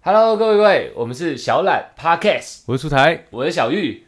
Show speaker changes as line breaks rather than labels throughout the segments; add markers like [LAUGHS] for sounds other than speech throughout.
Hello，各位各位，我们是小懒 Podcast，
我是出台，
我是小玉。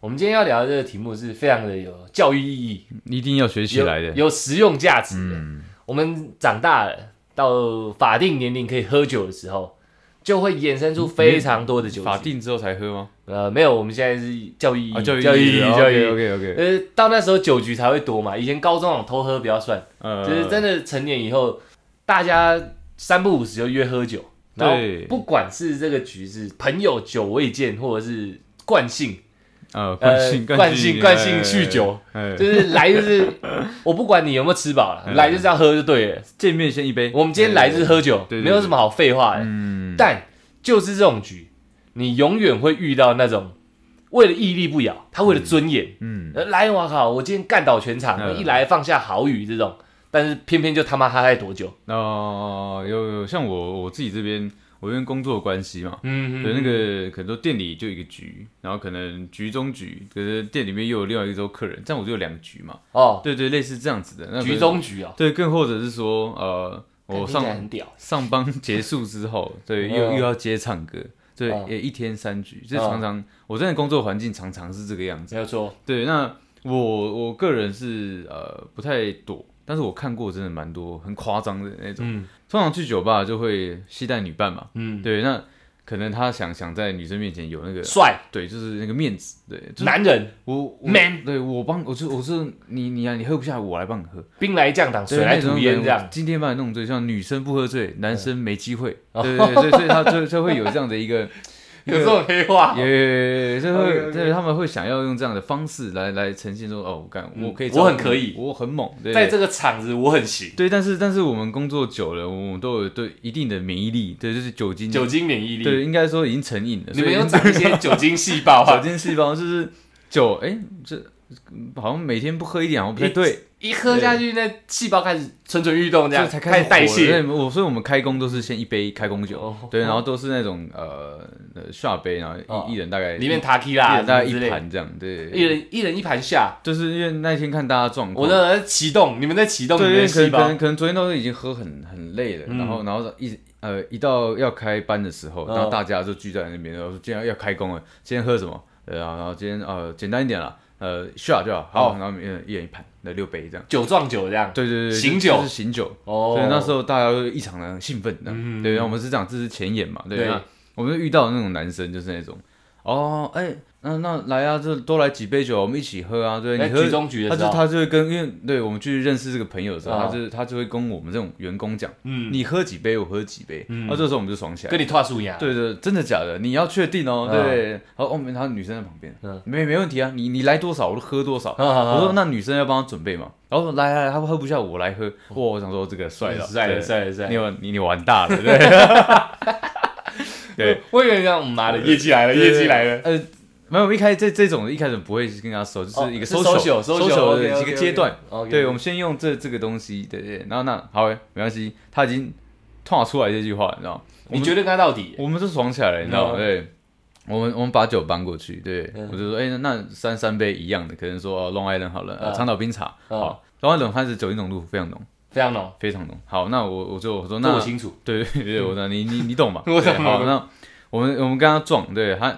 我们今天要聊的这个题目是非常的有教育意义，
一定要学起
有
来的。
有实用价值的。
嗯，
我们长大了，到法定年龄可以喝酒的时候，就会衍生出非常多的酒
嗯法
局。
定之后才喝吗？
呃，没有，我们现在是教育意义，
啊，教育
教育意义，教育意义。
OK OK OK，
呃，到那时候酒局才会多嘛。以前高中那种偷喝比较算，
呃
就是真的成年以后，大家三不五时就约喝酒，然后
对
不管是这个局是朋友酒未见，或者是惯性，
呃
呃
惯性
惯性惯性酗酒，
哎
就
哎
是来就是
[LAUGHS]
我不管你有没有吃饱了，
嗯
来就是要喝就对了。
见面先一杯。
我们今天来就是喝酒，
对对对
没有什么好废话的。
嗯，
但就是这种局，你永远会遇到那种为了屹立不摇，他为了尊严，
嗯
呃，来我靠，我今天干倒全场，
嗯
一来放下豪语这种，但是偏偏就他妈他在躲酒，
哦，有有像我我自己这边，我因为工作的关系嘛，
嗯，
对那个可能说店里就一个局，然后可能局中局，可是店里面又有另外一桌客人，这样我就有两个局嘛。
哦，
对对，类似这样子的。那可能
局中局哦，
对，更或者是说呃，
看
我
听起来
上
很屌，
上班结束之后， [LAUGHS] 对，
嗯
又又要接唱歌，对，
嗯
也一天三局，这
嗯
常常我真的工作环境常常是这个样子。
没有错，
对，那我我个人是呃不太躲，但是我看过真的蛮多很夸张的那种。
嗯
通常去酒吧就会期待女伴嘛，
嗯，
对，那可能他想想在女生面前有那个，
帅
对，就是那个面子，对，就是
男人，
我我
man
对我帮，我就我是你你啊，你喝不下，我来帮你喝。
兵来将挡，
对
水来
那种
土掩
人
这样，
今天把你弄醉，像女生不喝醉，男生没机会。
哦
对对对，所以所以他就就会有这样的一
[LAUGHS]
个，
有这种黑话，
也也也就
OK，OK
会对他们会想要用这样的方式来来呈现说，哦，我干，
嗯
我可以，
我很可以
我很猛，对
在这个场子我很行，
对，但是但是我们工作久了，我们都有对一定的免疫力，对，就是酒精，
酒精免疫力，
嗯对，应该说已经成瘾了。
你
所
们
以
有长一些酒精细胞
[LAUGHS] 酒
啊，
精细胞就是酒，哎，这好像每天不喝一点好像不太对。
一喝下去那细胞开始蠢蠢欲动， [LAUGHS] 这样
就才
开
开
始代
火了
谢，
对我所以我们开工都是先一杯开工酒，
哦
对，然后都是那种呃呃下杯，然后一、
哦
一人大概
里面
一
塔 Q
一
啦，
人大概一
之类的，
盘这样，对，
一人一人一盘下，
就是因为那天看大家状况，
我那在启动，你们在启动你
对，因
们
为
的
可能
细
可
胞
能。可能昨天都是已经喝很很累了，
嗯
然后然后一呃一到要开班的时候，
嗯
然后大家就聚在那边，然后说今天要开工了，今天喝什么？对啊，然后今天呃简单一点了，呃 shot 就好，
哦
好，然后一人一人一盘，那六杯这样。
酒撞酒这样。
对对对，
醒
就
酒
就是醒酒，
哦
所以那时候大家都异常的兴奋的，
嗯
对，然后我们是这样，这是前演嘛，对，
对
啊那我们遇到的那种男生就是那种，哦，哎、那那来啊，就多来几杯酒，我们一起喝啊，对，
在
你喝
局，中局的
他
时
就
候，
他就会跟，因为对我们去认识这个朋友的时候，
啊
他就他就会跟我们这种员工讲，
嗯，
你喝几杯，我喝几杯，
嗯
那、这时候我们就爽起来
跟。
[LAUGHS]
你跨树牙，
对对，真的假的？你要确定哦，
啊
对。好，后面他女生在旁边
嗯，
没没问题啊，你你来多少我就喝多少。
啊啊啊
我说那女生要帮他准备嘛，然后说来来来，他喝不下我来喝。哇，我想说这个帅了，
嗯帅了，
对
帅了，帅
你
了。
玩你你玩大了，对对，
[LAUGHS] 我以为像妈的业绩来了，业绩来了，
呃，没有，一开始这这种一开始不会跟他熟，就是一个
哦是 social-
social
social，
的
OK，OK，
几个阶段。
OK，OK
对，我们先用这这个东西，对对。然后那好，没关系，他已经套出来这句话，你知道吗？
你绝对跟他到底，
我们就爽起来了，你知道吗？
嗯
对，我们我们把酒搬过去，对，我就说，哎、那那三三杯一样的，可能说、哦、Long Island 好了，呃
嗯
长岛冰茶，
嗯
好，Long Island 它是酒精浓度非常浓，
非常浓，
非常浓。好，那我我就我说
这
那
我清楚。
对对对，我说你你你懂吧？
嗯 [LAUGHS] 我懂
对
我
好，
懂
那我们我们跟他撞，对他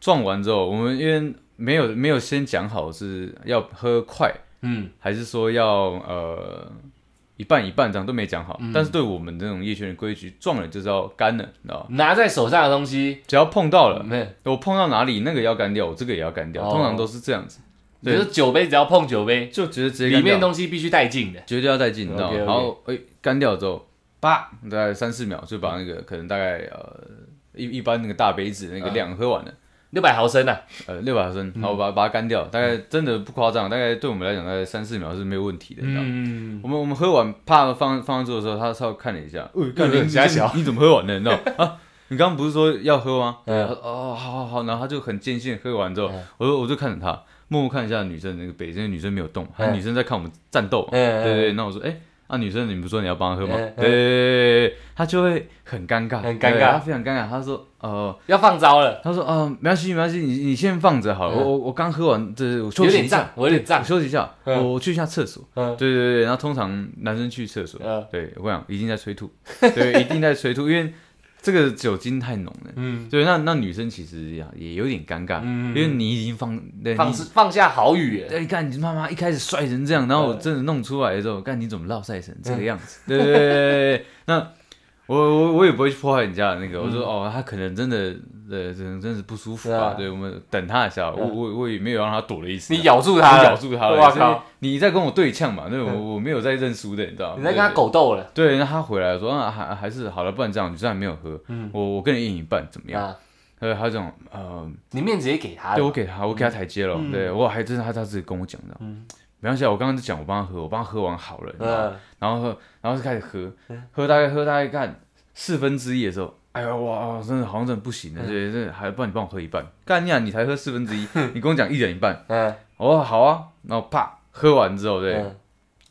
撞完之后，我们因为没有没有先讲好是要喝快，
嗯，
还是说要呃。一半一半这样都没讲好，
嗯
但是对我们这种业界的规矩，撞了就是要干了，你知道吗？
嗯拿在手上的东西，
只要碰到了，
没有，
我碰到哪里那个也要干掉，我这个也要干掉，
哦
通常都是这样子，
比
对
如说酒杯，只要碰酒杯，
就觉得直接干掉
里面东西必须带进的。
绝对要再进，你知道吗？
OK，OK
然后哎干掉之后，叭，大概三四秒就把那个可能大概呃一一般那个大杯子那个
啊
量喝完了，
六百毫升啊，
呃六百毫升，然后把把它干掉，大概真的不夸张，大概对我们来讲大概三四秒是没有问题的，你知道吗？
嗯，
我们我们喝完，啪放放上桌的时候，他稍微看了一下，呃，
干
你
你瞎
你
想
你怎么喝完的？你知道 [LAUGHS] 啊？你刚刚不是说要喝吗？
嗯
他说哦，好好好，然后他就很坚信喝完之后
嗯，
我就我就看着他，默默看一下女生那个北，那个女生没有动，她
嗯
女生在看我们战斗嘛，
嗯
对对
嗯
对，那我说，哎，啊女生，你不是说你要帮她喝吗
嗯？嗯
对对对对对，她就会很尴尬，
很尴尬
对她非常尴尬，她说，呃，
要放招了，
她说，啊，没关系没关系，你你先放着好
嗯
了，我我我刚喝完，这我休
有
息
点
一下，
胀，我有点
我
胀。
休息一下，
嗯
我我去一下厕所。
嗯，
对对对，然后通常男生去厕所，
呃， [LAUGHS]
对我跟你讲一定在催吐，对，一定在催吐，因为这个酒精太浓了。
嗯
对，那那女生其实也也有点尴尬，
嗯
因为你已经放，对
放肆放下好雨了，
对，看哎你妈妈一开始帅成这样，然后我
对嗯
真的弄出来的时候，看你怎么落晒成这个样子。对对对对对，那我我我也不会去破坏人家的那个，我说哦，他可能真的呃，真真是不舒服
对
啊
嗯啊。嗯
对，我们等他一下，我我我也没有让他躲的意思啊，
你咬住
我
他了，
咬住他了，
哇
所以
靠，嗯
你在跟我对呛嘛？对，我我没有在认输的，你知道吗？
你在跟他
对
狗斗了
对，那他回来说啊，还还是好了，不然这样，你虽然没有喝，
嗯
我我跟你一人一半怎么样？
啊？
呃，他这种呃，
你面子也给他
对我
了，
给他，我给他台阶了，
啊嗯
对我还真是他他自己跟我讲的，
嗯
没关系啊，我刚刚就讲我帮他喝，我帮他喝完好了，你知道吗
嗯，
然后喝，然后就开始喝，喝大概喝大概干四分之一的时候。哎呀哇，真的好像真的不行
嗯
了，对，真的还不然你帮我喝一半，干你啊，你才喝四分之一， [LAUGHS] 你跟我讲一人一半，
嗯
哦好啊，然后啪喝完之后，对，
嗯，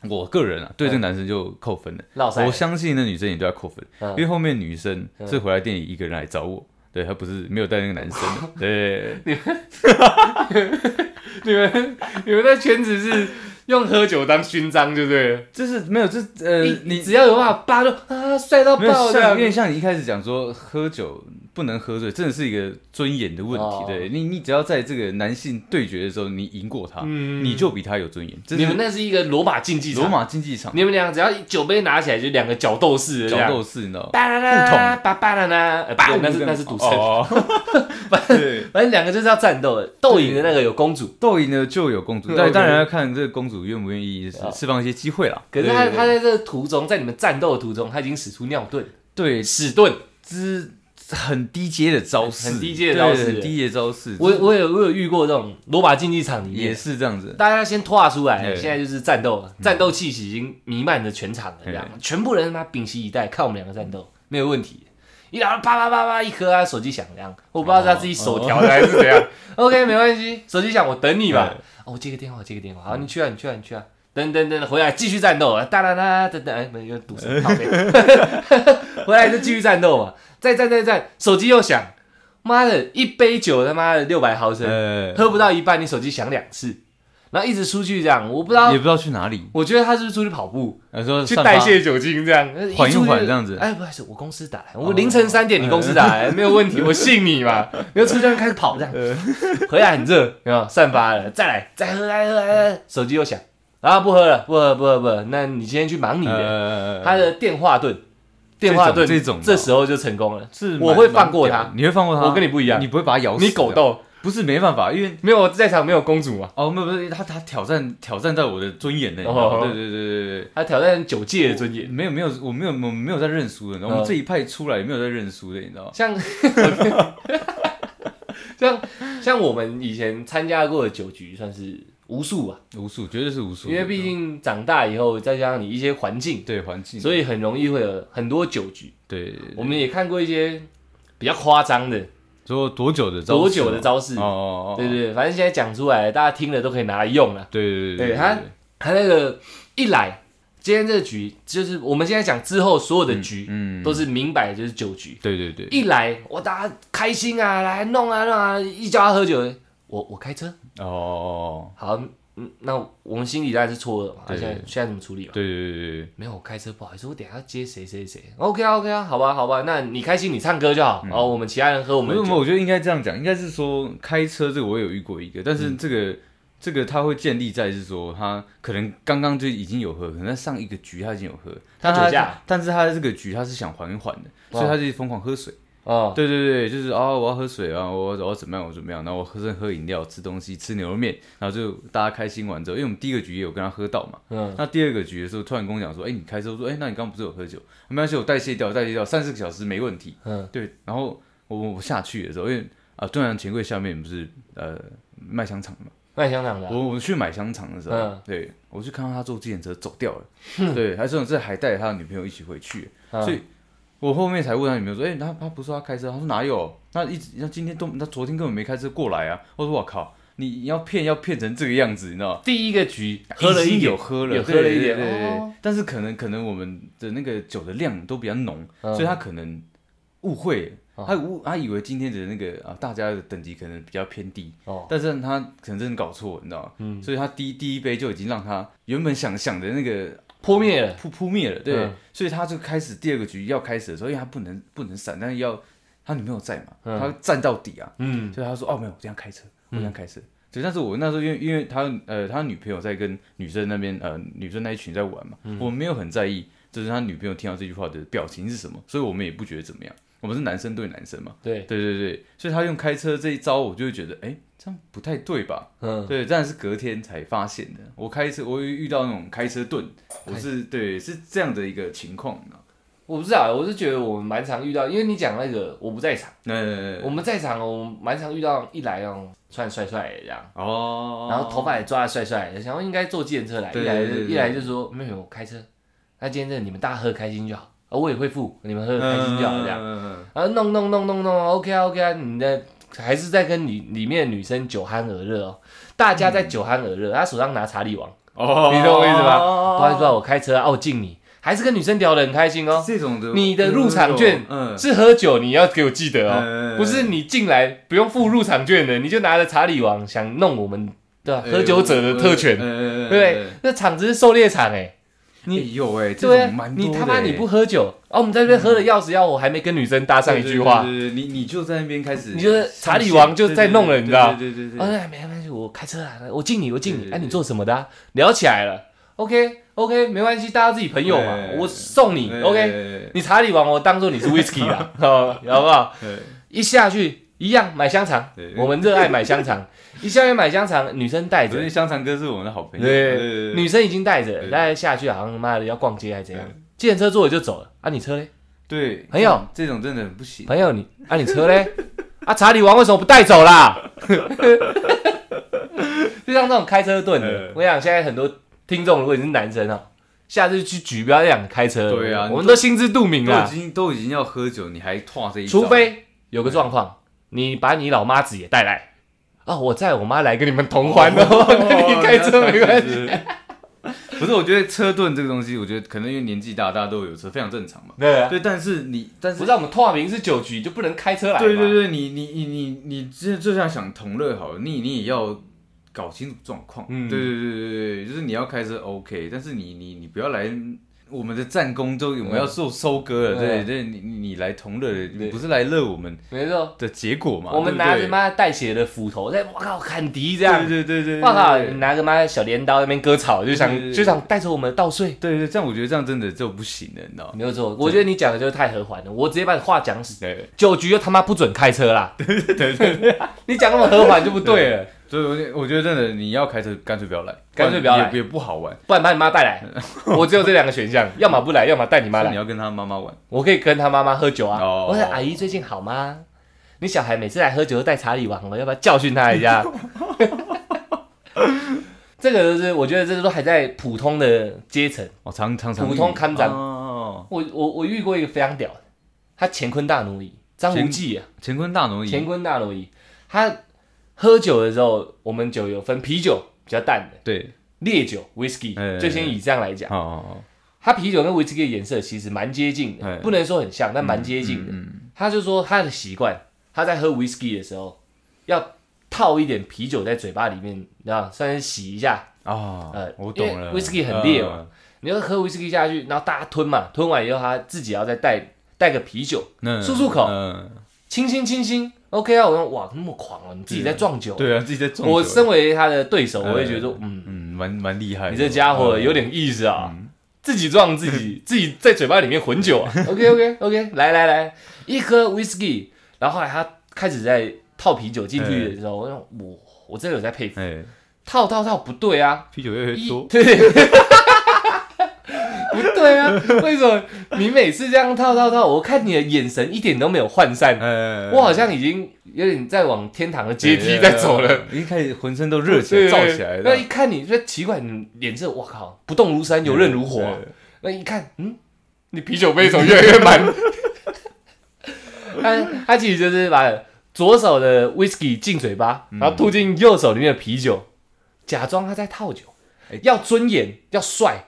我个人啊，对这个男生就扣分了。
落塞
我，相信那女生也对他扣分，
嗯
因为后面女生是回来店里一个人来找我，对她不是没有带那个男生
[LAUGHS]
的，对，
你们你们那圈子是用喝酒当勋章，对不对？
就是没有，就是呃，
你
你
你只要有办法扒就啊，帅到
没有
爆
像，有
的，
点像你一开始讲说喝酒不能喝醉，真的是一个尊严的问题。
哦
对你，你只要在这个男性对决的时候你赢过他，
嗯
你就比他有尊严。这
你们
是
那是一个罗马竞技
罗
场，
马竞技场
你们俩只要酒杯拿起来就两个角斗士，
角斗，士，你知道吗？
巴啦啦，巴巴啦啦，呃不啊 [LAUGHS] 对那是那是赌城， [LAUGHS]
哦。对，
反正两个就是要战斗的，斗赢的那个有公主，
斗赢了就有公主，
对
但
OK
当然要看这个公主愿不愿意
哦
释放一些机会啦。
可是他
对对
他在这个途中，在你们战斗的途中，他已经使出尿遁、
对
屎遁。
之很低阶的招式，
很低阶的招式
对很低阶的招式，
我我有我有遇过这种罗马竞技场里
也
面，
是这样子。
大家先脱出来，
对
现在就是战斗了，战斗气息已经弥漫着全场了，这样全部人他妈屏息以待，看我们两个战斗，没有问题。一打啪啪啪啪一颗啊，手机响这样，我不知道是他自己手调的还是怎样。OK，没关系，手机响我等你嘛。哦，我接个电话，我接个电话，好，你去啊，你去啊，你去啊。等等等，回来继续战斗，哒哒哒哒哒，哎，没有赌神，靠背回来就继续战斗嘛，再战再战，手机又响，妈的，一杯酒他妈的六百毫升，
呃，
喝不到一半，你手机响两次，然后一直出去这样，我不知道
也，不知道去哪里，
我觉得他是不是出去跑步，
呃说
去
散
代
发
谢酒精这样，
缓一
出去
缓这样子哦嗯
哎，不好意思，我公司打来，我凌晨三点你公司打来，没有问题，
[LAUGHS]
我信你嘛。然后出去就开始跑这样， [LAUGHS] 回来很热，有没有散发了，再来再喝来喝来，喝手机又响，啊不喝了不喝了不喝了不喝了，那你今天去忙你的，
呃
他的电话盾，电话盾
这种
这时候就成功了，
是
我
蛮
会放过，
蛮屌
他，
的你会放过他？
我跟你不一样
啊你不会把他咬死。
你狗，斗。
不是没办法，因为
没有，我在场没有公主嘛，啊
哦，没有没有，他他挑战挑战到我的尊严的，你知道
哦
吗对对对对
他挑战九界的尊
对，
严。
没有没有，我没有我没有在认输的，你知道
嗯
吗我们这一派出来也没有在认输的，你知道
[LAUGHS]
吗？
像像像我们以前参加过的酒局，算是无数啊，
无数，绝对是无数的，
因为毕竟长大以后，再加上你一些环境，
对环境，
所以很容易会有很多酒局。
嗯对，
我们也看过一些比较夸张的
说多久的招式吗
多久的招式
哦，哦哦，
对对对，反正现在讲出来，大家听了都可以拿来用了。
对对
对他他那个一来，今天这个局就是我们现在讲之后所有的局
嗯，
都是明摆就是酒局，
对对对，
一来我大家开心啊，来弄啊弄啊，一叫他喝酒，我我开车，
哦哦，哦
好，嗯，那我们心里当然是错愕嘛，那
对
现在现在怎么处理嘛？
对对对对
没有，我开车不好意思，我等一下要接谁谁谁，OK 啊 OK 啊，好吧好吧，那你开心你唱歌就好，哦，我们其他人喝我
我
们
没
的
有，
酒，
我觉得应该这样讲，应该是说开车这个我有遇过一个，但
嗯
是这个、这个他会建立在是说他可能刚刚就已经有喝，可能在上一个局他已经有喝，但
酒驾
但是他这个局他是想缓一缓的，所以他就疯狂喝水。
哦，
对对对，就是啊、我要喝水啊，我我要怎么样，我怎么样，然后我喝甚至喝饮料、吃东西、吃牛肉面，然后就大家开心完之后，因为我们第一个局也有跟他喝到嘛，
嗯，
那第二个局的时候，突然跟我讲说，哎、你开车，我说，哎、那你刚刚不是有喝酒？啊没关系，我代谢掉，代谢掉，三四个小时没问题。
嗯，
对。然后我我我下去的时候，因为啊，东阳钱柜下面不是呃卖香肠嘛，
麦香肠的啊，
我我去买香肠的时候，
嗯
对我就看到他坐自行车走掉了，对，他甚至还带着他的女朋友一起回去，
嗯
所以我后面才问他女朋友说，哎、他他不是说他开车？他说哪有？那一直那今天都他昨天根本没开车过来啊！我说我靠，你你要骗要骗成这个样子，你知道吗？
第一个局喝了一
有
点，
喝了，
有喝了一
对
点
对对对对
哦
但是可能可能我们的那个酒的量都比较浓，
嗯
所以他可能误会，
哦
他误他以为今天的那个啊大家的等级可能比较偏低，
哦，
但是他可能真的搞错，你知道吗？
嗯
所以他第一第一杯就已经让他原本想想的那个
扑灭了，
扑扑灭了，对，
嗯
所以他就开始第二个局要开始的时候，因为他不能不能闪，但是要他女朋友在嘛，
嗯
他站到底啊，
嗯
所以他说哦没有，我这样开车，我这样开车。对，但是我那时候因为因为他呃他女朋友在跟女生那边呃女生那一群在玩嘛，
嗯
我没有很在意，就是他女朋友听到这句话的表情是什么，所以我们也不觉得怎么样。我们是男生对男生嘛，
对，
对对对，所以他用开车这一招，我就会觉得哎、这样不太对吧？
嗯，
对，但是隔天才发现的。我开车，我遇到那种开车盾，我是对是这样的一个情况呢。
我不知道，我是觉得我们蛮常遇到，因为你讲那个我不在场，
呃，
我们在场我们蛮常遇到一来哦穿得帅帅的这样，
哦，
然后头发也抓的帅帅的，想要应该坐计程车来，
对
一来
对
就
对
一来就说没有我开车，那今天这你们大家喝得开心就好，啊我也会付，你们喝得开心就好这样，
样。
然后弄弄弄弄弄，OK 啊 OK 啊，你的还是在跟里里面的女生酒酣耳热哦，大家
嗯
在酒酣耳热，他手上拿查理王，
哦，
你懂我意思吧？不好意思，不好意思
吧？
我开车啊，我敬你，还是跟女生聊得很开心哦。
这种的，
你的入场券
嗯，
是喝酒，你要给我记得哦，
嗯
不是你进来不用付入场券的，你就拿着查理王想弄我们的
呃
喝酒者的特权，
呃
对不对？那场子是狩猎场哎，
你有哎，这
对
种
啊
蛮，多
你
的
他妈
欸
你不喝酒，哦，我们在这边喝的要死要活，还没跟女生搭上一句话，
对对对对对你你就在那边开始上线，
你就是查理王就在弄了你知道
对对对对
哦，
对，
那没关系，我开车来了，我敬你，我敬
对
你。
对
哎、
对
你做什么的、啊？聊起来了，OK OK，没关系，大家自己朋友嘛，
对
我送你
对
，OK。你查理王，我当做你是 whisky
[LAUGHS]
啦，哦，好不好？
对
一下去一样买香肠
对，
我们热爱买香
[LAUGHS]
肠。一下去买香肠，女生带
昨
着
天，香肠哥是我们的好朋友，
对
对
女生已经带着，
对
大家下去好像妈的要逛街还是怎样
对，
计程车坐了就走了。啊，你车嘞？
对，
朋友
这种真的很不行。
朋友你，啊你车嘞？ [LAUGHS] 啊查理王为什么不带走啦？ [LAUGHS] 就像这种开车盾的
嗯，
我想现在很多听众，如果你是男生啊，下次去举不要这样开车了，
对啊
我们都心知肚明
都已
啦。
经都已经要喝酒，你还跨这一招，
啊除非有个状况，你把你老妈子也带来。啊、我载我妈来跟你们同欢 [LAUGHS] 哦，跟你开车没关系。
系。不是，我觉得车盾这个东西，我觉得可能因为年纪大，大家都有车，非常正常嘛。
对啊，
对，但是你，但
不
是
是啊我们拓明是酒局就不能开车来嘛？
对对对，你你你你你这就像想同乐好了，你你也要搞清楚状况。
嗯
对对对对对，就是你要开车 OK，但是你你你不要来。我们的战功都我们要做收割了，
对
对对，你你你来同乐的，
嗯对
你不是来乐我们
没错，
的结果嘛？
我们
对不
拿
对
着妈带血的斧头在，我靠砍敌这
对
样，
对对对对，
我靠，
对
你拿个妈小镰刀在那边割草，就
对对
想
对
就想带着我们稻穗。
对对，这样我觉得这样真的就不行了，你知
[LAUGHS]
道吗？
没有错，我觉得你讲的就是太和缓了，我直接把你话讲死。
对
酒局又他妈不准开车啦！
[LAUGHS] 对对，
你讲那么和缓就不对了，
所以我觉得我觉得真的你要开车，干脆不要来，
干脆不要来
也也不好玩。
不然把你妈带来。我只有这两个选
[LAUGHS]
项，要么不来，要么带你妈
那
来
你。要跟他妈妈玩，
我可以跟他妈妈喝酒啊。
哦
我说阿姨最近好吗？你小孩每次来喝酒都带查理王，我要不要教训他一
[LAUGHS]
下？这个就是我觉得这都还在普通的阶层。
哦，常常常
普通看展
哦，
我我我遇过一个非常屌的，他乾坤大挪移，张无忌啊，
乾坤大挪
乾
移，
坤大挪移。他喝酒的时候，我们酒有分啤酒比较淡的，
对，
烈酒 whisky，、
哎
就先以这样来讲，
哦哦，
他啤酒跟 whisky 的颜色其实蛮接近的，
哎
不能说很像，但蛮接
哦
近的。
嗯，
他就说他的习惯，他在喝 whisky 的时候要套一点啤酒在嘴巴里面，然后算是洗一下。
哦
呃，
我懂了
因为 whisky 很烈嘛
嗯，
你要喝 whisky 下去，然后大家吞嘛，吞完以后他自己要再带带个啤酒，
那
漱漱口
嗯，
清新清新。OK 啊，我说哇那么狂哦、你自己在撞酒。
对啊，自己在撞
我
酒
身为他的对手，
哎
我会觉得说，嗯，
嗯，蛮蛮厉害的，嗯
你这家伙有点意思啊，自己撞自己，
[LAUGHS]
自己在嘴巴里面混酒啊。OK OK OK，来来来，一喝 whisky，然后后来他开始在套啤酒进
哎
去的时候，我想我我真的有在佩服，
嗯，哎，
套套套不对啊，
啤酒越来越
一
多，
对。 [LAUGHS] 不对啊，为什么你每次这样套套套？我看你的眼神一点都没有涣散，
哎，
我好像已经有点在往天堂的阶梯在走了。，
一开始浑身都热起来，燥起来
那
了
一，看你就奇怪，你脸色，我靠，不动如山，游刃如火啊、
对
那一看，嗯，你啤酒杯怎么越来越满？ [LAUGHS] 他他其实就是把左手的 whisky 进嘴巴，然后吐进右手里面的啤酒，假装他在套酒
哎，
要尊严，要帅。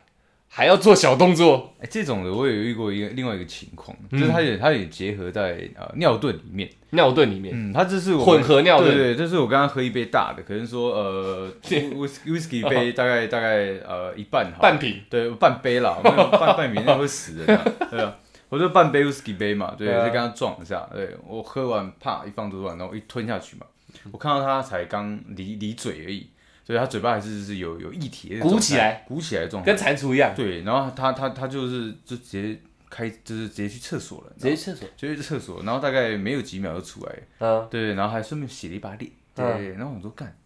还要做小动作，
哎，这种的我也遇过一个另外一个情况，
嗯
就是它也它也结合在呃尿遁里面，
尿遁里面
嗯，它这是我
混合尿
对
遁，
对，就是我刚刚喝一杯大的，可能说
[LAUGHS]
呃 whis whisky 杯大概大概呃一半好了，
半瓶，
对半杯
[LAUGHS]
啦，没有半半瓶那会死人啊，对啊。我就半杯 whisky 杯嘛，对，
对啊
就跟他撞一下，对我喝完啪一放桌上，然后一吞下去嘛，我看到他才刚离离嘴而已，所以他嘴巴还是是有有液体的
鼓
状
起
态
来，
鼓起来的状态，
跟蟾蜍一样，
对，然后他他他就是就直接开，就是直接去厕所了，
直接厕所，
直接去厕所，然后大概没有几秒就出来，
嗯，
对，然后还顺便洗了一把脸，对，
嗯
然后我说干，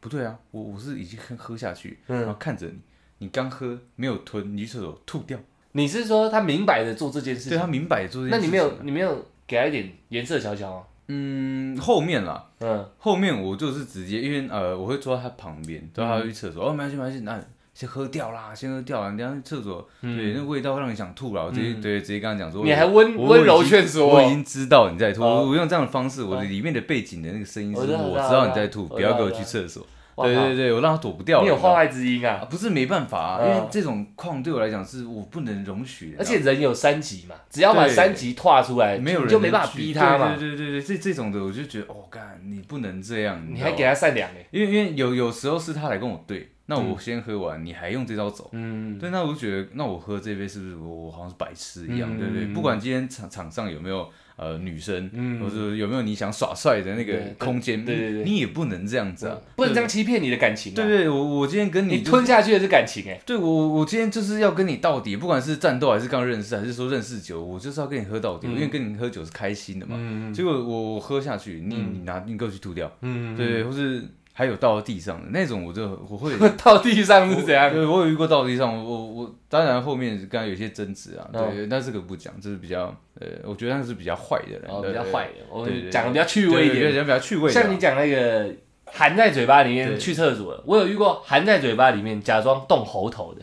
不对啊，我我是已经喝喝下去，
嗯
然后看着你，你刚喝没有吞，你去厕所吐掉，
你是说他明摆着做这件事
对
情？
他明摆做这
那
件
你
事
没有
情啊，
你没有给他一点颜色瞧瞧吗？
嗯，后面啦，
嗯，
后面我就是直接，因为呃，我会坐在他旁边，然后他去厕所，哦，没关系，没关系，那先喝掉啦，先喝掉啦，你等一下去厕所，对，那味道会让你想吐啦，我直接、对直接跟他讲说，
嗯你还温
我
温柔
我已经
劝说
我已经知道你在吐，
哦
我用这样的方式，我的里面的背景的那个声音是
我知道
我
我知道
知道你在吐，
我知道
不要给我
我知道
去厕所，
哇
对
靠
对对，我让他躲不掉了，
你有
知道
话
吗
外之音啊，
啊不是没办法啊，因
嗯
为这种况对我来讲是我不能容许的，
而且人有三级嘛，只要把
对
三级跨出来，
没有人
你就没办法
去
逼他嘛，
对对对对，这这种的我就觉得，哦，干，你不能这样，
你
知道
还
吗
给他善良哎，
因为因为有有时候是他来跟我对，那我先喝完，你还用这招走，
嗯，
对，那我就觉得，那我喝这杯是不是我我好像是白痴一样，
嗯
对不对？不管今天场场上有没有呃女生，
嗯
或者有没有你想耍帅的那个
对
空间，
对对对
你也不能这样子啊，
不能这样欺骗你的感情啊，
对。对对，我我今天跟
你
就是
吞下去的是感情哎，
对我，我今天就是要跟你到底，不管是战斗还是刚认识，还是说认识久，我就是要跟你喝到底，因
嗯
为跟你喝酒是开心的嘛。结果我我喝下去，你你拿你给我去吐掉，
嗯，
对，或是还有倒到地上的那种，我就
[LAUGHS]
我会。
到地上是怎样？
对，我有遇过倒地上，我我我当然后面刚刚有些争执啊，
哦
对，那这个不讲，这是比较呃，我觉得那是比较坏的人，
哦，
对
比较坏，的，我
对对对
讲的比较趣
对
味一
对
点，
对比较趣味的啊，
像你讲那个含在嘴巴里面
对
去厕所的，我有遇过含在嘴巴里面假装动喉头的，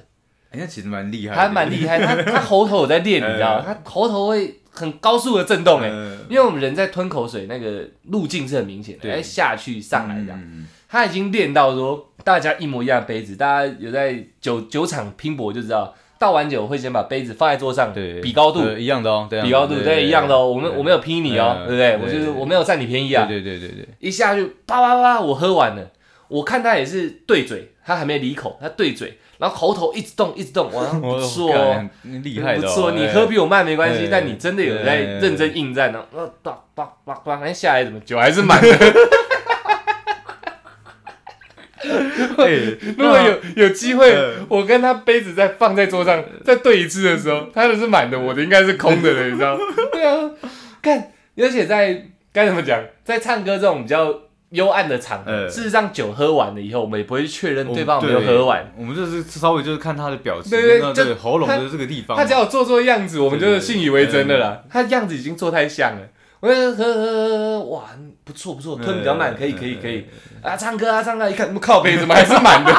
哎，那其实蛮厉害哎的，
他蛮厉害，他他喉头有在
[LAUGHS]
练，你知道吗？他喉头会很高速的震动哎，
呃
因为我们人在吞口水那个路径是很明显的，
对
哎下去上来这样，
嗯
他已经练到说大家一模一样的杯子，大家有在酒酒场拼搏就知道。倒完酒会先把杯子放在桌上，
对，
比高度，
呃一样的哦，对啊
比高度对一样的哦，我们我没有批你哦，
嗯
对不对？
对
我就是
对
我没有占你便宜啊，
对对对对对，
一下就啪啪啪，我喝完了，我看他也是对嘴，他还没离口，他对嘴，然后喉头一直动一直动，
[LAUGHS]
哇，不错哦，
干你厉害的
不
哦，
错，
哎
你喝比我慢没关系
对，
但你真的有在
对
认真应战呢，哦然后叭叭叭叭，哎下来怎么酒还是满的？
哎，
[LAUGHS] 如果有有机会
嗯，
我跟他杯子再放在桌上再对一次的时候，他的是满的，我的应该是空的了，你知
[LAUGHS]
道？对啊，看，而且在该怎么讲，在唱歌这种比较幽暗的场合，
嗯
事实上酒喝完了以后，我们也不会确认
我
对方有没有喝完。，
我们就是稍微就是看他的表情，
对对
那
就
对喉咙
他
的这个地方嘛，
他只要有做做样子，我们就
对
是
对
信以为真的啦。他样子已经做太像了。我就喝喝喝喝，哇，不错不错，吞比较满，
嗯
可以可以
嗯
可以啊！唱歌啊唱歌啊，一看靠杯怎么还是满的？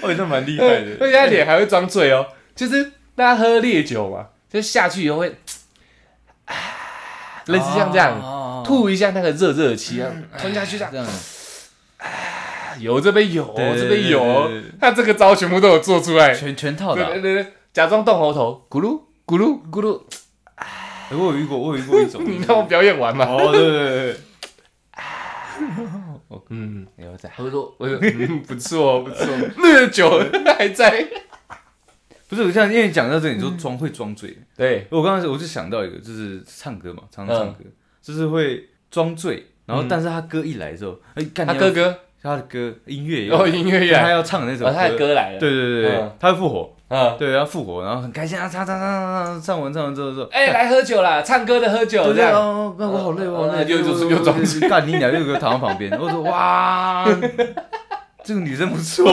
哦，那蛮厉害
对，而
的，
且他脸还会装醉哦，就是大家喝烈酒嘛，就下去以后会，啊，类似像这样、
样，
吐一下那个热热的气啊，吞下去这样，
这样，
啊有这边有哦，
对对
这边有哦
对对对，
他这个招全部都有做出来，
全全套的
对
啊。
对对，对假装动喉头，咕噜咕噜咕噜，
哎我有遇过，我有遇过一
[LAUGHS]
种，
你让我表演完嘛，
哦，对对对对，
嗯，
你要在，
我就说我就说嗯不错哦不错，那个酒还在，
不是像因为讲到这，你说装会装醉，
[LAUGHS] 对，
我刚才我就想到一个，就是唱歌嘛，常常唱歌，就是会装醉，然后但是他歌一来之后，哎，干
他
你
哥
要
哥，
他的歌音乐也
然后哦音乐一
他
来，
要唱的那首
哦，他的
歌，
歌来了，
对对对对
嗯，
他会复活，
嗯。
对，他复活，然后很开心啊，唱唱唱唱唱完唱完之后说，
哎、来喝酒啦，唱歌的喝酒
对
这
对
样。
哦，那我好累，
嗯
我好累，
嗯又
对
又
对
又
对 [LAUGHS]
装
对对干你娘，又给我躺在旁边，我
[LAUGHS]
说哇，这个女生不错，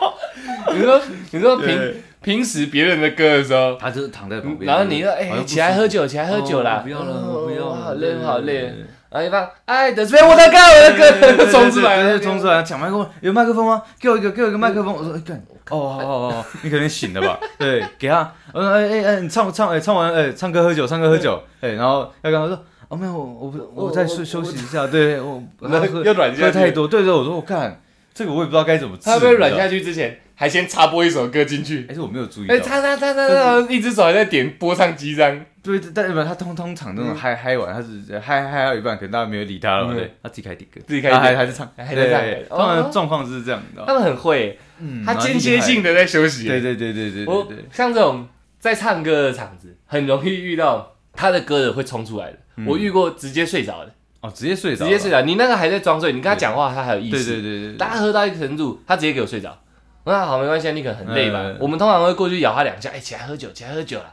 [LAUGHS] 你说你说平
对
平时别人的歌的时候，
他就是躺在旁边，
然后你说哎、
好像不
起来
舒服
喝酒，起来喝酒啦，
哦不要了，
哦
不要
我
了，
好累，我好
对对对
累。然后一放，哎，等这边我的歌，我的歌， [LAUGHS] 冲出来
对对
了，
对冲出来，抢麦克风，有麦克风吗？给我一个，给我一个麦克风。我说，哎，干，哦，好好好，你可能醒了吧？对，给他，我说，哎哎哎，你唱唱，哎，唱完，哎，唱歌喝酒，唱歌喝酒，哎，然后要跟他说，哦，没有，我我不我再休休息一下，对，我
然后
喝
又软下去
喝太多，对对，我说我干，这个我也不知道该怎么治，
他被软下去之前，还先插播一首歌进去，
但是我没有注意到
哎，。插插插插插，一只手还在点播唱机这
[LAUGHS]
样，
对，但是他通通常那种嗨嗨完，他是嗨嗨到一半，可能大家没有理他了，
嗯
对，他自己开点歌，
自己开
啊还
点
还是唱，
还是唱
对
哦
通常的状况是这样的
他。们很会，
嗯
他间歇，性的在休息。
然后厉害对对对对对对
我
对，
像这种在唱歌的场子，很容易遇到他的歌的会冲出来的。
嗯
我遇过直接睡着的，
哦，直接睡
直
着了，
接睡着。你那个还在装睡，你跟他讲话，他还有意
对，对
识。
对对对，
大家喝到一个程度，他直接给我睡着。我说好，没关系，你可能很累吧
嗯。
我们通常会过去咬他两下，哎，起来喝酒，起来喝酒了。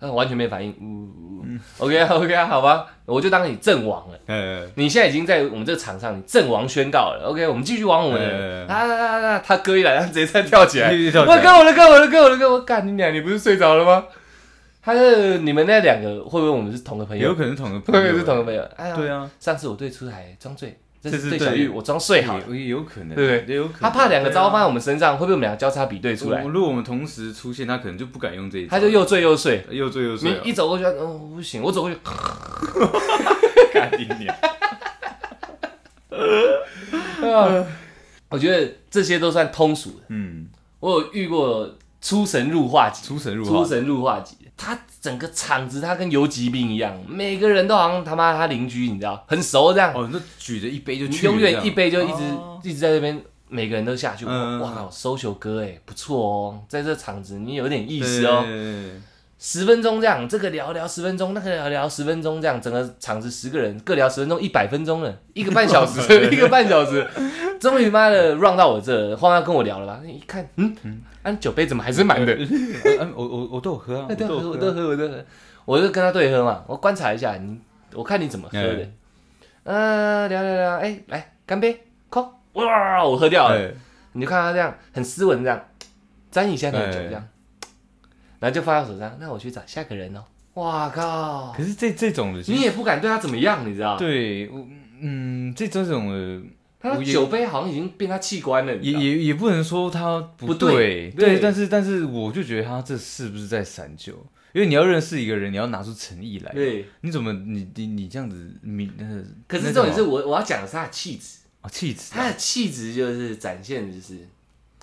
他完全没反应，呜呜呜。OK [LAUGHS] 啊 OK 啊，好吧，我就当你阵亡了。
呃，
你现在已经在我们这个场上，你阵亡宣告了。OK，我们继续玩我们的。啊
嗯
他他他他他哥一来，他直接再跳起来，
立 [LAUGHS] 刻跳起
我
来
哥我的哥我的哥我的哥，我干你俩，你不是睡着了吗？他是你们那两个会不会我们是同个朋友
有？可能是同个
会
朋
不
友，
会是同个朋友？哎呀，
对啊，
上次我对出海装醉，这
这
次
次
对
对
小玉我装睡好了。
也也有可能，
对不对
也有可能，
他怕两个招放
对
在
啊
我们身上，会不会我们两个交叉比对出来
我？如果我们同时出现，他可能就不敢用这一招，
他就又醉又睡。
又醉又
你
睡啊，
一走过去，嗯、哦，不行，我走过去，
干你娘！
啊我觉得这些都算通俗的。
[LAUGHS] 嗯，
我有遇过出神入化级，
出神入
出
化，
神入化级，他整个场子他跟游击兵一样，每个人都好像他妈他邻居，你知道，很熟这样。
哦，那举着一杯就
你
去了，
永
这
远
样
一杯就一直、
哦
一直在这边，每个人都下去。
嗯
哇靠，搜球哥哎，不错哦，在这场子你有点意
对
思哦。
对对对
十分钟这样，这个聊聊十分钟，那个聊聊十分钟这样，整个场子十个人各聊十分钟，一百分钟了，一个半小时， [LAUGHS] 一个半小时，终于妈的 run 到我这，换要跟我聊了吧？一看，嗯，啊，你酒杯怎么还是满的？
对嗯，我我我都有喝啊，
哎对，
有
我
啊
都喝，我都喝，我就跟他对喝嘛，我观察一下你，我看你怎么喝的
嗯。
呃，聊聊聊，哎，来干杯，空，哇，我喝掉了。
哎
你就看他这样很斯文这样，沾一下那个酒这
哎
样，然后就放在手上。那我去找下个人哦。哇靠！
可是这这种的，其
你
实
也不敢对他怎么样，你知道？
对，我嗯，这这种的。
他的酒杯好像已经变他器官了，你
也
知道
也也不能说他
啊不
不
对
对，
对
但是但是我就觉得他这是不是在散酒？因为你要认识一个人，你要拿出诚意来。
对。
你怎么你你你这样子，你呃，
可是
那
重点
叫
是
什么
我我要讲的是他的气质，
哦气质
他的气质就是展现的就是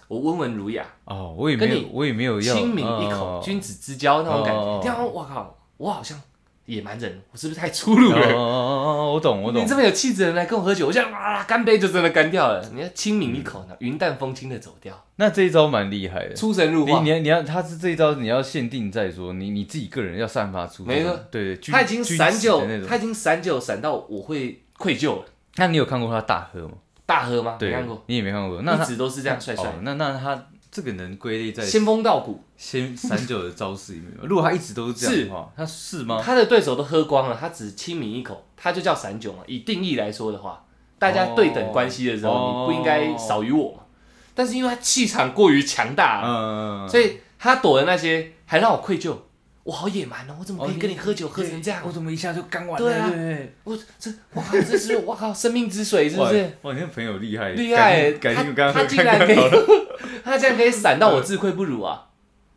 我温文儒雅、
哦，我也没
跟
有
你
我也没有要
亲民一口、
哦
君子之交那种感
哦
觉。
哦
然后我靠，我好像野蛮人，我是不是太粗鲁
哦哦
了？
哦哦，我懂我懂
你这，么有气质的人来跟我喝酒，我想啊，干杯就真的干掉了。你要轻抿一
嗯
口呢，云淡风轻的走掉，
那这一招蛮厉害的。
出神入
你
化
你。要你要，他是这一招，你要限定在说你你自己个人要散发出这
没
种，
错
对，君
他已经散酒
君子的，那
他
种。
已经散酒散到我会愧疚了。
那你有看过他大喝吗？
大喝吗？没
对
看过，，
你也没看过。那
一
他
直都是这样帅帅
哦，，那那他这个能归类在
仙风道骨。 [LAUGHS]
先散酒的招式里面吗？如果他一直都是这样的话，他是吗？
他的对手都喝光了，他只轻抿一口，他就叫散酒嘛。以定义来说的话，大家对等关系的时候，
哦
你不应该少于我嘛。但是因为他气场过于强大了，
嗯，
所以他躲的那些还让我愧疚。我好野蛮哦，我怎么可以跟你喝酒喝成这样
我？怎么一下就干完
对啊
了？对
我这我靠，这是我靠生命之水是
对
不是？？
哇哇，你那朋友厉害，
厉害、
改
他
天改天我刚刚
他
喝
竟
看
然
看
可以
好
[LAUGHS]
了。，
他竟然可以闪到我自愧不如啊！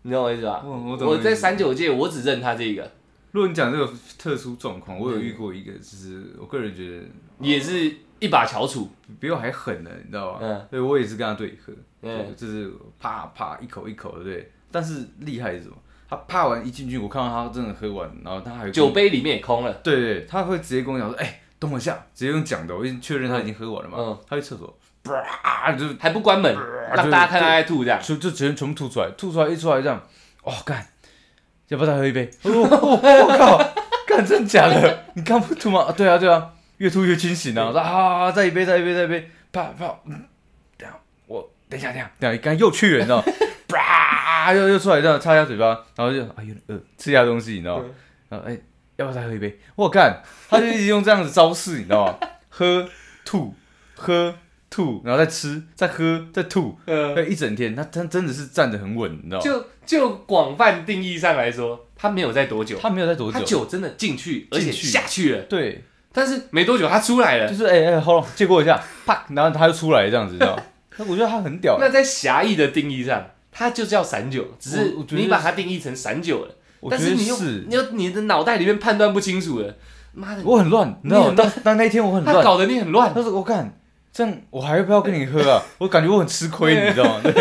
你懂我意思吧？
嗯我懂
我
你意思
在散酒界，我只认他这个，
如果你讲这个特殊状况，
嗯
我有遇过一个，就是我个人觉得
也是一把翘楚。
比我还狠的，你知道吗？
嗯
对，我也是跟他对喝，
嗯
对，就是啪啪一口一口的，对。但是厉害是什么？他啪完一进去，我看到他真的喝完，然后他还跟我
酒杯里面也空了，
对对，他会直接跟我讲说，哎、等我一下，直接用讲的，我已经确认他已经喝完了嘛。
嗯
他去厕所，啪，就
还不关门，
啊
让大家看他在吐这
[LAUGHS]
样。
就就直接全部吐出来，吐出来一出来这样，哦干，要不要再喝一杯？我、哦哦我靠，干真假的？你刚不吐吗？啊对啊对啊，越吐越清醒啊！我说啊，再一杯再一杯再一杯，啪啪，嗯，等一下我等一下等一下等一下，刚才又去了，你知道吗？啪，又又出来这样擦一下嘴巴，然后就啊有点饿，吃一下东西，你知道吗？然后哎、要不要再喝一杯？我干，他就一直用这样子招式，你知道吗？喝吐喝吐，然后再吃再喝再吐，
呃，
对，一整天，他他真的是站得很稳，你知道吗？
就就广泛定义上来说，他没有在多久，
他没有在多
他
久，
酒真的进去，而
进
且
去
下去了，
对，
但是没多久他出来了
就。是哎哎，喉咙借过一下，啪，然后他就出来这样子，你知道吗？那我觉得他很屌，
那在狭义的定义上，它就叫散酒，只是
我我觉得
你把它定义成散酒了，
我
但
觉得
你又
是
你又你的脑袋里面判断不清楚了，妈的，
我很乱，你知
你
道吗
很？
但但那一天我很
他
乱，
搞得你很乱。
但 [LAUGHS] 是我看这样我还要不要跟你喝啊？我感觉我很吃亏，你知道吗？对，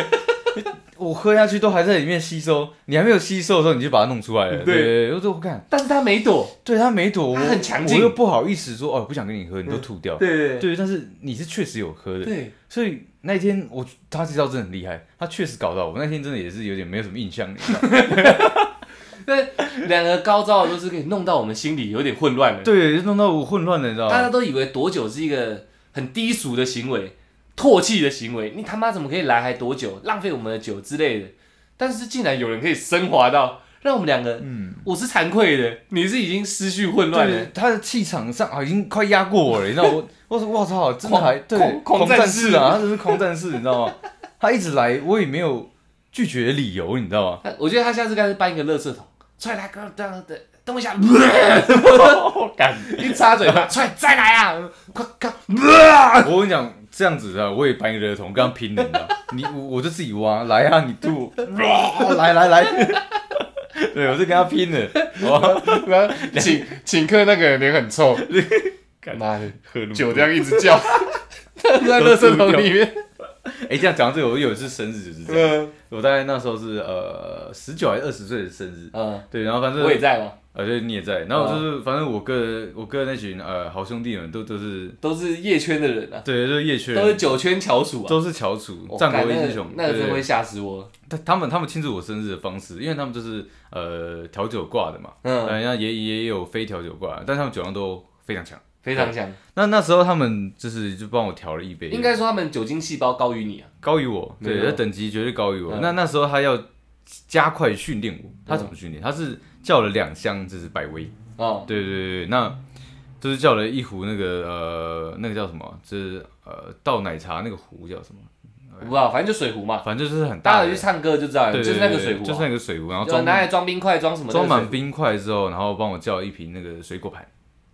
我喝下去都还在里面吸收，你还没有吸收的时候，你就把它弄出来了。
对
对，我说我看，
但是他没躲，
对他没躲，我
他很强劲
我又不好意思说哦，不想跟你喝，你都吐掉。
对
嗯对，但是你是确实有喝的，
对，
所以那一天我他这招真的很厉害，他确实搞到我那天真的也是有点没有什么印象，
[LAUGHS]
你知道吗
那两个高招都是可以弄到我们心里有点混乱了。
对，就弄到我混乱了，你知道
大
吗？
家都以为躲酒是一个很低俗的行为、唾弃的行为，你他妈怎么可以来还躲酒，浪费我们的酒之类的？但是竟然有人可以升华到让我们两个，
嗯，
我是惭愧的，你是已经思绪混乱
对
了，，
他的气场上啊已经快压过我了，你知道
[LAUGHS]
我，我说我操，真的还对
狂狂
狂
战
战
士
士啊，他真是狂战士，你知道吗？他一直来，我也没有拒绝的理由，你知道吗？
他我觉得他下次干脆搬一个垃圾桶，踹他哥，这样的动一下，
敢
一插嘴巴，踹再来啊，快快，呃
我跟你讲，这样子啊，我也搬一个热桶跟他拼了，你知道？你我我就自己挖，来啊，你吐， [LAUGHS] 来来来， [LAUGHS] 对，我就跟他拼了，哇，
请请客那个人脸很臭，妈的，
喝路
酒这样一直叫，他在垃圾桶里面，
[LAUGHS] 哎、这样讲到这个，我有一次生日就是这样，
嗯
我大概那时候是呃十九还是二十岁的生日，
嗯，
对，然后反正
我也在嘛，
呃对你也在，然后
哦
就是、反正我哥我哥那群呃好兄弟们都都是
都是夜圈的人啊，
对，就是夜圈
都是酒圈翘楚啊，
都是翘楚，
我
战
干
国
那个
英雄，
那个
对
真
对
会吓死我，
他他们他们庆祝我生日的方式，因为他们就是呃调酒挂的嘛，
嗯，
呃，那也也有非调酒挂，但他们酒量都非常强。
非常强，
那那时候他们就是就帮我调了一杯，
应该说他们酒精细胞高于你啊，
高于我，
没
对，
有
他等级绝对高于我。
嗯
那那时候他要加快训练我，他怎么训练？他是叫了两箱就是百威，
哦，
对对对对，那就是叫了一壶那个呃那个叫什么，就是呃倒奶茶那个壶叫什么，
我不知道，反正就水壶嘛，
反正就是很
大
大
家
的
有去，唱歌就知道了，
对
就
对
是那个
对
水壶
就是
啊，
那个水壶，然后
就
装
拿来装冰块装什么的
装满
水
冰块之后，然后帮我叫一瓶那个水果盘，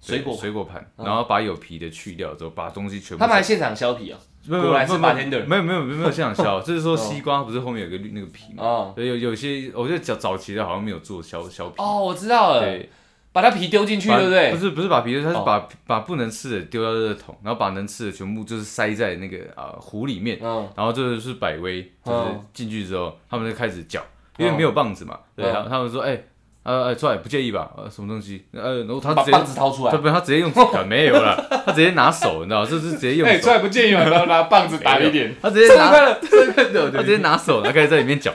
对
水果盘
水果盘，然后把有皮的去掉之后，把东西全部
他们还现场削皮啊，
没有
果然是
没有
bartender
没有没有没有没有现场削，就是说西瓜不是后面有个绿那个皮嘛？
哦
对，有有些我觉得早早期的好像没有做削削皮，
哦，我知道了，
对，
把它皮丢进去，
把
对不对
不？是不是把皮，它是
哦
把把不能吃的丢到热桶，然后把能吃的全部就是塞在那个啊壶里面，
嗯，
然后这就是百威，就是
哦
进去之后，他们就开始搅，因为没有棒子嘛，对，
哦
他他们说，哎，呃，呃出来不介意吧？呃，什么东西？呃，然后他
把
直接
棒，子掏出
他
来，
不，他直接用，呃没有了，他直接拿手，你知道，这是直接用
哎， [LAUGHS] 出
手，
来不建议嘛，然后拿棒子打一点，
他
生
直接
日
拿
快乐，生日快乐，
他直接拿手，然后开始在里面搅，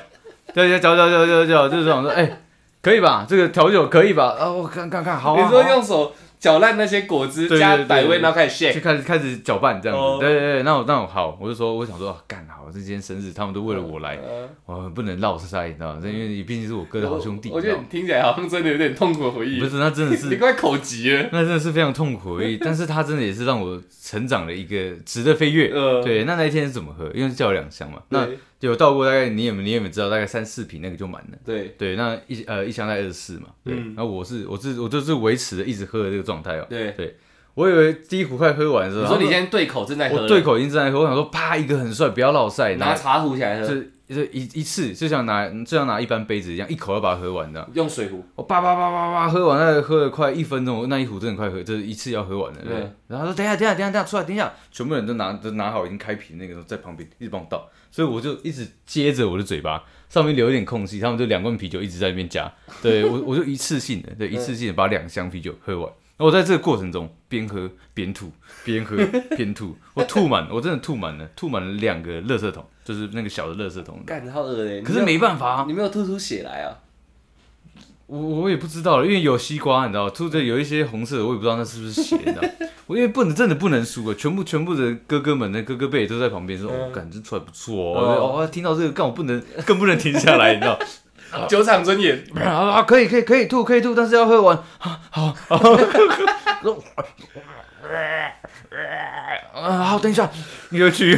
对对，搅搅搅搅搅，就是这种说，哎、可以吧？这个调酒可以吧？啊，我看看看，好、啊，
你说
好啊
用手搅烂那些果汁，
对对
加
对
百味，
对
然后开始 shake，
就开始开始搅拌这样子，
哦
对对对，那我那我好，我就说我想说，啊干、好，这今天生日，他们都为了我来，
嗯
我不能落塞，你知道吗？这因为你毕竟是我哥的好兄弟，
我
你
我
知
觉
道
得
吗
你？听起来好像真的有点痛苦的回忆
不，是，那真的
[LAUGHS] 你
是。
快口急了。
[LAUGHS] 那真的是非常痛
[LAUGHS]
苦而已，但是他真的也是让我成长的一个值得飞跃。
呃
对，那那一天是怎么喝？因为是叫了两箱嘛，那
对
有倒过大概你也你也没知道，大概三四瓶那个就满了。
对
对，那一呃一箱在二十四嘛，对，
嗯
然后我是我是我就是维持了一直喝的这个状态哦。
对，
我以为第一壶快喝完的时候，
你说你
然
现在对口正在
后
喝
我
了，
对口已经正在喝，我想说啪一个很帅，不要落塞，
拿
然后
茶壶起来喝，
就就一一次就像拿就像拿一般杯子一样，一口要把它喝完的。
用水壶，
我叭叭叭叭叭喝完，那喝了快一分钟，那一壶真的快喝，就是一次要喝完了。对
对，
然后他说等一下等一下等一下等一下出来等一下，全部人都拿都拿好已经开瓶那个在旁边一直帮我倒，所以我就一直接着我的嘴巴上面留一点空隙，他们就两罐啤酒一直在那边加，对我 [LAUGHS] 我就一次性的对一次性的把两箱啤酒喝完。然后我在这个过程中边喝边吐，边喝 [LAUGHS] 边吐，我吐满，我真的吐满了，吐满了两个垃圾桶，就是那个小的垃圾桶。
干好恶嘞。
可是没办法啊，
你没有吐出血来啊？
我我也不知道，因为有西瓜，你知道，吐着有一些红色的，我也不知道那是不是血，你知道。我因为不能真的不能输啊，全部全部的哥哥们的哥哥辈都在旁边说，哦，感觉出来不错哦，哦，听到这个，干我不能更不能停下来，你知道。
酒厂尊严，
啊啊，可以可以可以吐可以吐，但是要喝完啊，好，好啊，好，等一下，又去。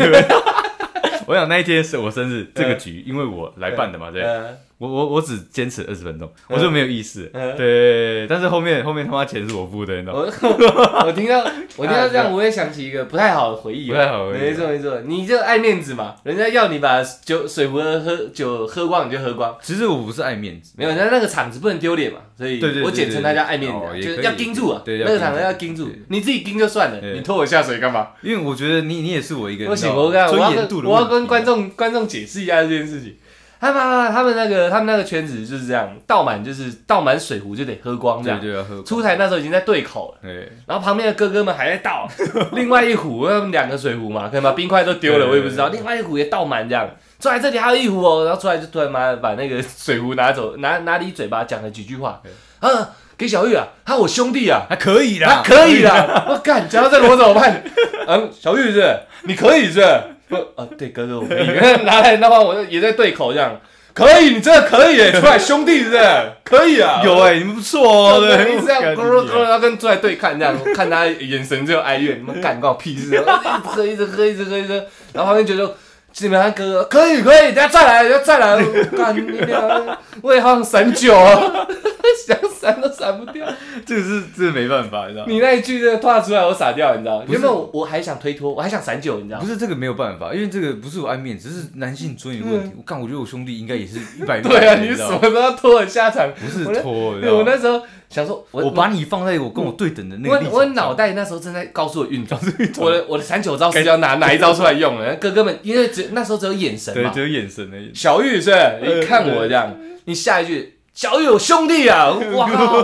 [LAUGHS] 我想那一天是我生日，这个局因为我来办的嘛，对。
呃，
我我我只坚持二十分钟，我就没有意识。
嗯哦
对，但是后面后面他妈钱是我付的，你知道吗？
我我 [LAUGHS] 听到我听到这样，我也想起一个不太好的回忆啊，
不太好的回忆啊
没错没错，你就爱面子嘛，人家要你把酒水壶的喝酒喝光，你就喝光。
其实我不是爱面子，
没有，那那个场子不能丢脸嘛，所以
对对对
我简称大家爱面子啊，
哦也
就
可
是
以
要盯住啊。
对
那个场合
要
要
盯
盯
住
住，你自己盯就算了，
对
你拖我下水干嘛？
因为我觉得你你也是我一个
不行，
你知道
我跟
吗
我
尊
要
严度
跟
的
我要
问题
跟观众观众解释一下这件事情。他们他们那个他们那个圈子就是这样，倒满就是倒满水壶就得喝光这
对
样。
对啊，喝
出台那时候已经在对口了，
对
然后旁边的哥哥们还在
[LAUGHS]
倒另外一壶，他们两个水壶嘛，可能把冰块都丢了，
对
我也不知道。另外一壶也倒满这样，出来这里还有一壶哦，然后出来就突然妈的把那个水壶拿走，拿拿离嘴巴讲了几句话，啊，给小玉啊，他我兄弟啊，
哎还可以
他
啦，
可以啦，我干，讲到这里我怎么
[LAUGHS]
办？嗯，小玉是不是你可以是不是？不，啊，对哥哥我可以， [LAUGHS] 拿来，那么我也在对口这样，可以，你真的可以耶，出来兄弟是不是？可以啊，
有哎，你们不错哦，对，
一直这啊样咕噜咕噜，
噜，
然后跟出来对看这样，看他眼神只有哀怨，你 [LAUGHS] 们干关我屁事啊！一直喝，一直喝，一直喝，一直喝，然后旁边觉得。基本上哥可以可以，等下再来，等下再来，我干你娘！我也好想散酒啊， [LAUGHS] 想散都散不掉。
这个是这个没办法，你知道吗？
你那一句真的话出来，我傻掉，你知道？
不是
原本我我还想推脱，我还想散酒，你知道
不？是这个没有办法，因为这个不是我爱面子，只是男性尊严问题。我干，我觉得我兄弟应该也是
[LAUGHS]
一百
嗯对啊，你
知
是
道
什
吗
么时候拖我下场？
不是
我那
拖，你知
对，
道
我
吗
那时候想说，我
我把你放在我跟我对等的那个立
我
场
我
上
脑袋那时候正在高速的运转，我的我的三九招是要拿哪一招出来用了？哥哥们，因为只那时候只有眼神
对，呃
嘛
只，有眼神而已。
小玉是不是你看我这样，你下一句小玉有兄弟啊，
[LAUGHS]
哇靠，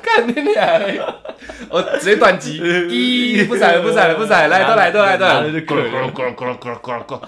看你俩，我直接断机，
[LAUGHS]
咦，不闪了不闪了不闪了，来都来都来都
呃拿
来
了，就
咕
可
噜
以
咕噜咕噜咕噜咕噜咕噜咕噜。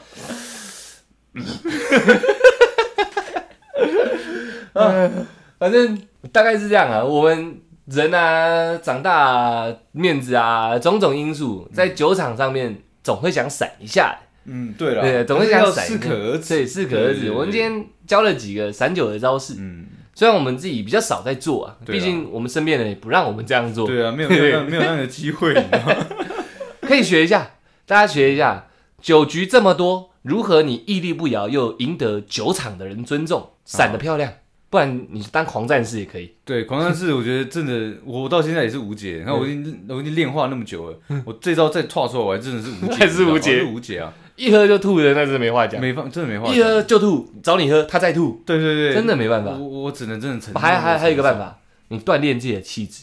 啊，反正大概是这样啊。我们人啊，长大、啊、面子啊，种种因素，在酒场上面总会想闪一下的。
嗯，对了，
对，总
还
是
是
想
要
闪一下
适可而止。
对，适可而
对对
止。
对
我们今天教了几个散酒的招式，
嗯，
虽然我们自己比较少在做啊，
对啊
毕竟我们身边人也不让我们这样做，
对啊，没有没有那没有那个机会，你知道吗？ [LAUGHS]
可以学一下，大家学一下。酒局这么多，如何你屹立不摇又赢得酒场的人尊重，闪
啊
得漂亮，不然你当狂战士也可以。
对，狂战士，我觉得真的，我到现在也是无解。你看，我已经我已经练化那么久了，我这招再跨出来，我还真的是无解，
还是无解
你知道吗还是无解啊，啊
一喝就吐的那是没话讲，
没法，真的没话
一
讲。
喝就吐，找你喝，他再吐，
对对对，
真的没办法
我我我只能真的承认。
还还还有一个办，法，你锻炼自己的气质。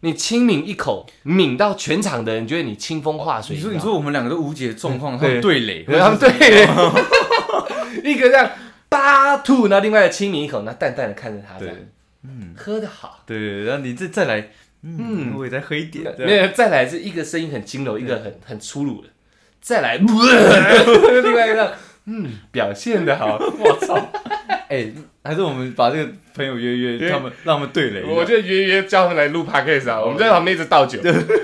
你轻抿一口，抿到全场的人觉得你清风化水。
你说
知
你
道吗
说我们两个都无解的状况，他
对
们对垒，
然后对， [LAUGHS] 一个这样八吐，然后另外的亲抿一口，那淡淡的看着他，这样嗯
对
喝得好。
对对，然后你再再来，嗯，我也再喝一点，这样
没有，再来是一个声音很轻柔，一个很很粗鲁的，再来， [LAUGHS] 另外一个，嗯，表现的好，我操，
哎，还是我们把这个朋友约约，
对
他们让他们对垒一下，
我就约约叫他们来录 podcast 啊，我们在旁边一直倒酒。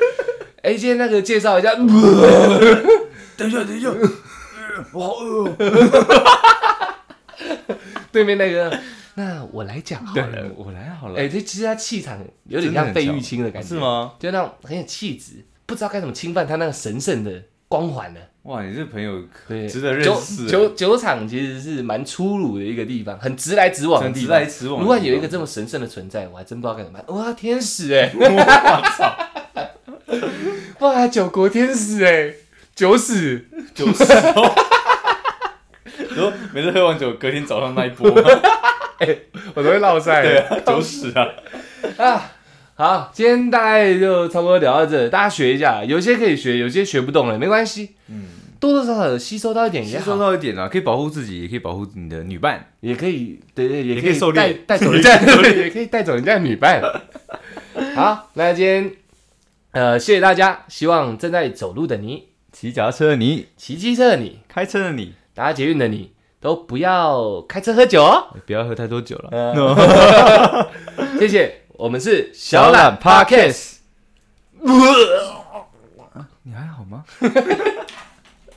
[LAUGHS] 哎，今天那个介绍一下， [LAUGHS]
等一下， [LAUGHS] 等一下，我好饿、哦。
对面那个， [LAUGHS] 那我来讲好了。，
我来好了。
哎，这其实他气场有点
真的
像
很
费
强
玉清的感哦觉，
是？吗？
就那种很有气质，不知道该怎么侵犯他那个神圣的光环呢。
哇，你这朋友可
对，
值得认识，
酒酒酒厂其实是蛮粗鲁的一个地方，很直来直往的
很
地
直
方。
来直往。
如果有一个，这么神圣的存在，我还真不知道该怎么办。哇，天使哎、 [LAUGHS]
我操，
哇，九国天使哎、九死
酒 [LAUGHS] 死哦。然后每次喝完酒，隔天早上那一
[LAUGHS]
波，
我都会落塞
对啊，酒屎啊，
啊。好，今天大概就差不多聊到这，大家学一下，有些可以学，有些学不懂了，没关系，
嗯
多多少少有吸收到一点
吸
也
收
好，
到一点啊，可以保护自己，也可以保护你的女伴。
也可以，对对，也
也
可
可以
以
狩猎
带带走人
[LAUGHS]
家，对，也可以带走人家的女伴。好，那今天呃，谢谢大家，希望正在走路的你，
骑脚踏车的你，
骑机车的你，
开车的你，
搭捷运的你，都不要开车喝酒哦。
不要喝太多酒了。
呃谢谢，我们是
小懒
Podcast。
你还好吗？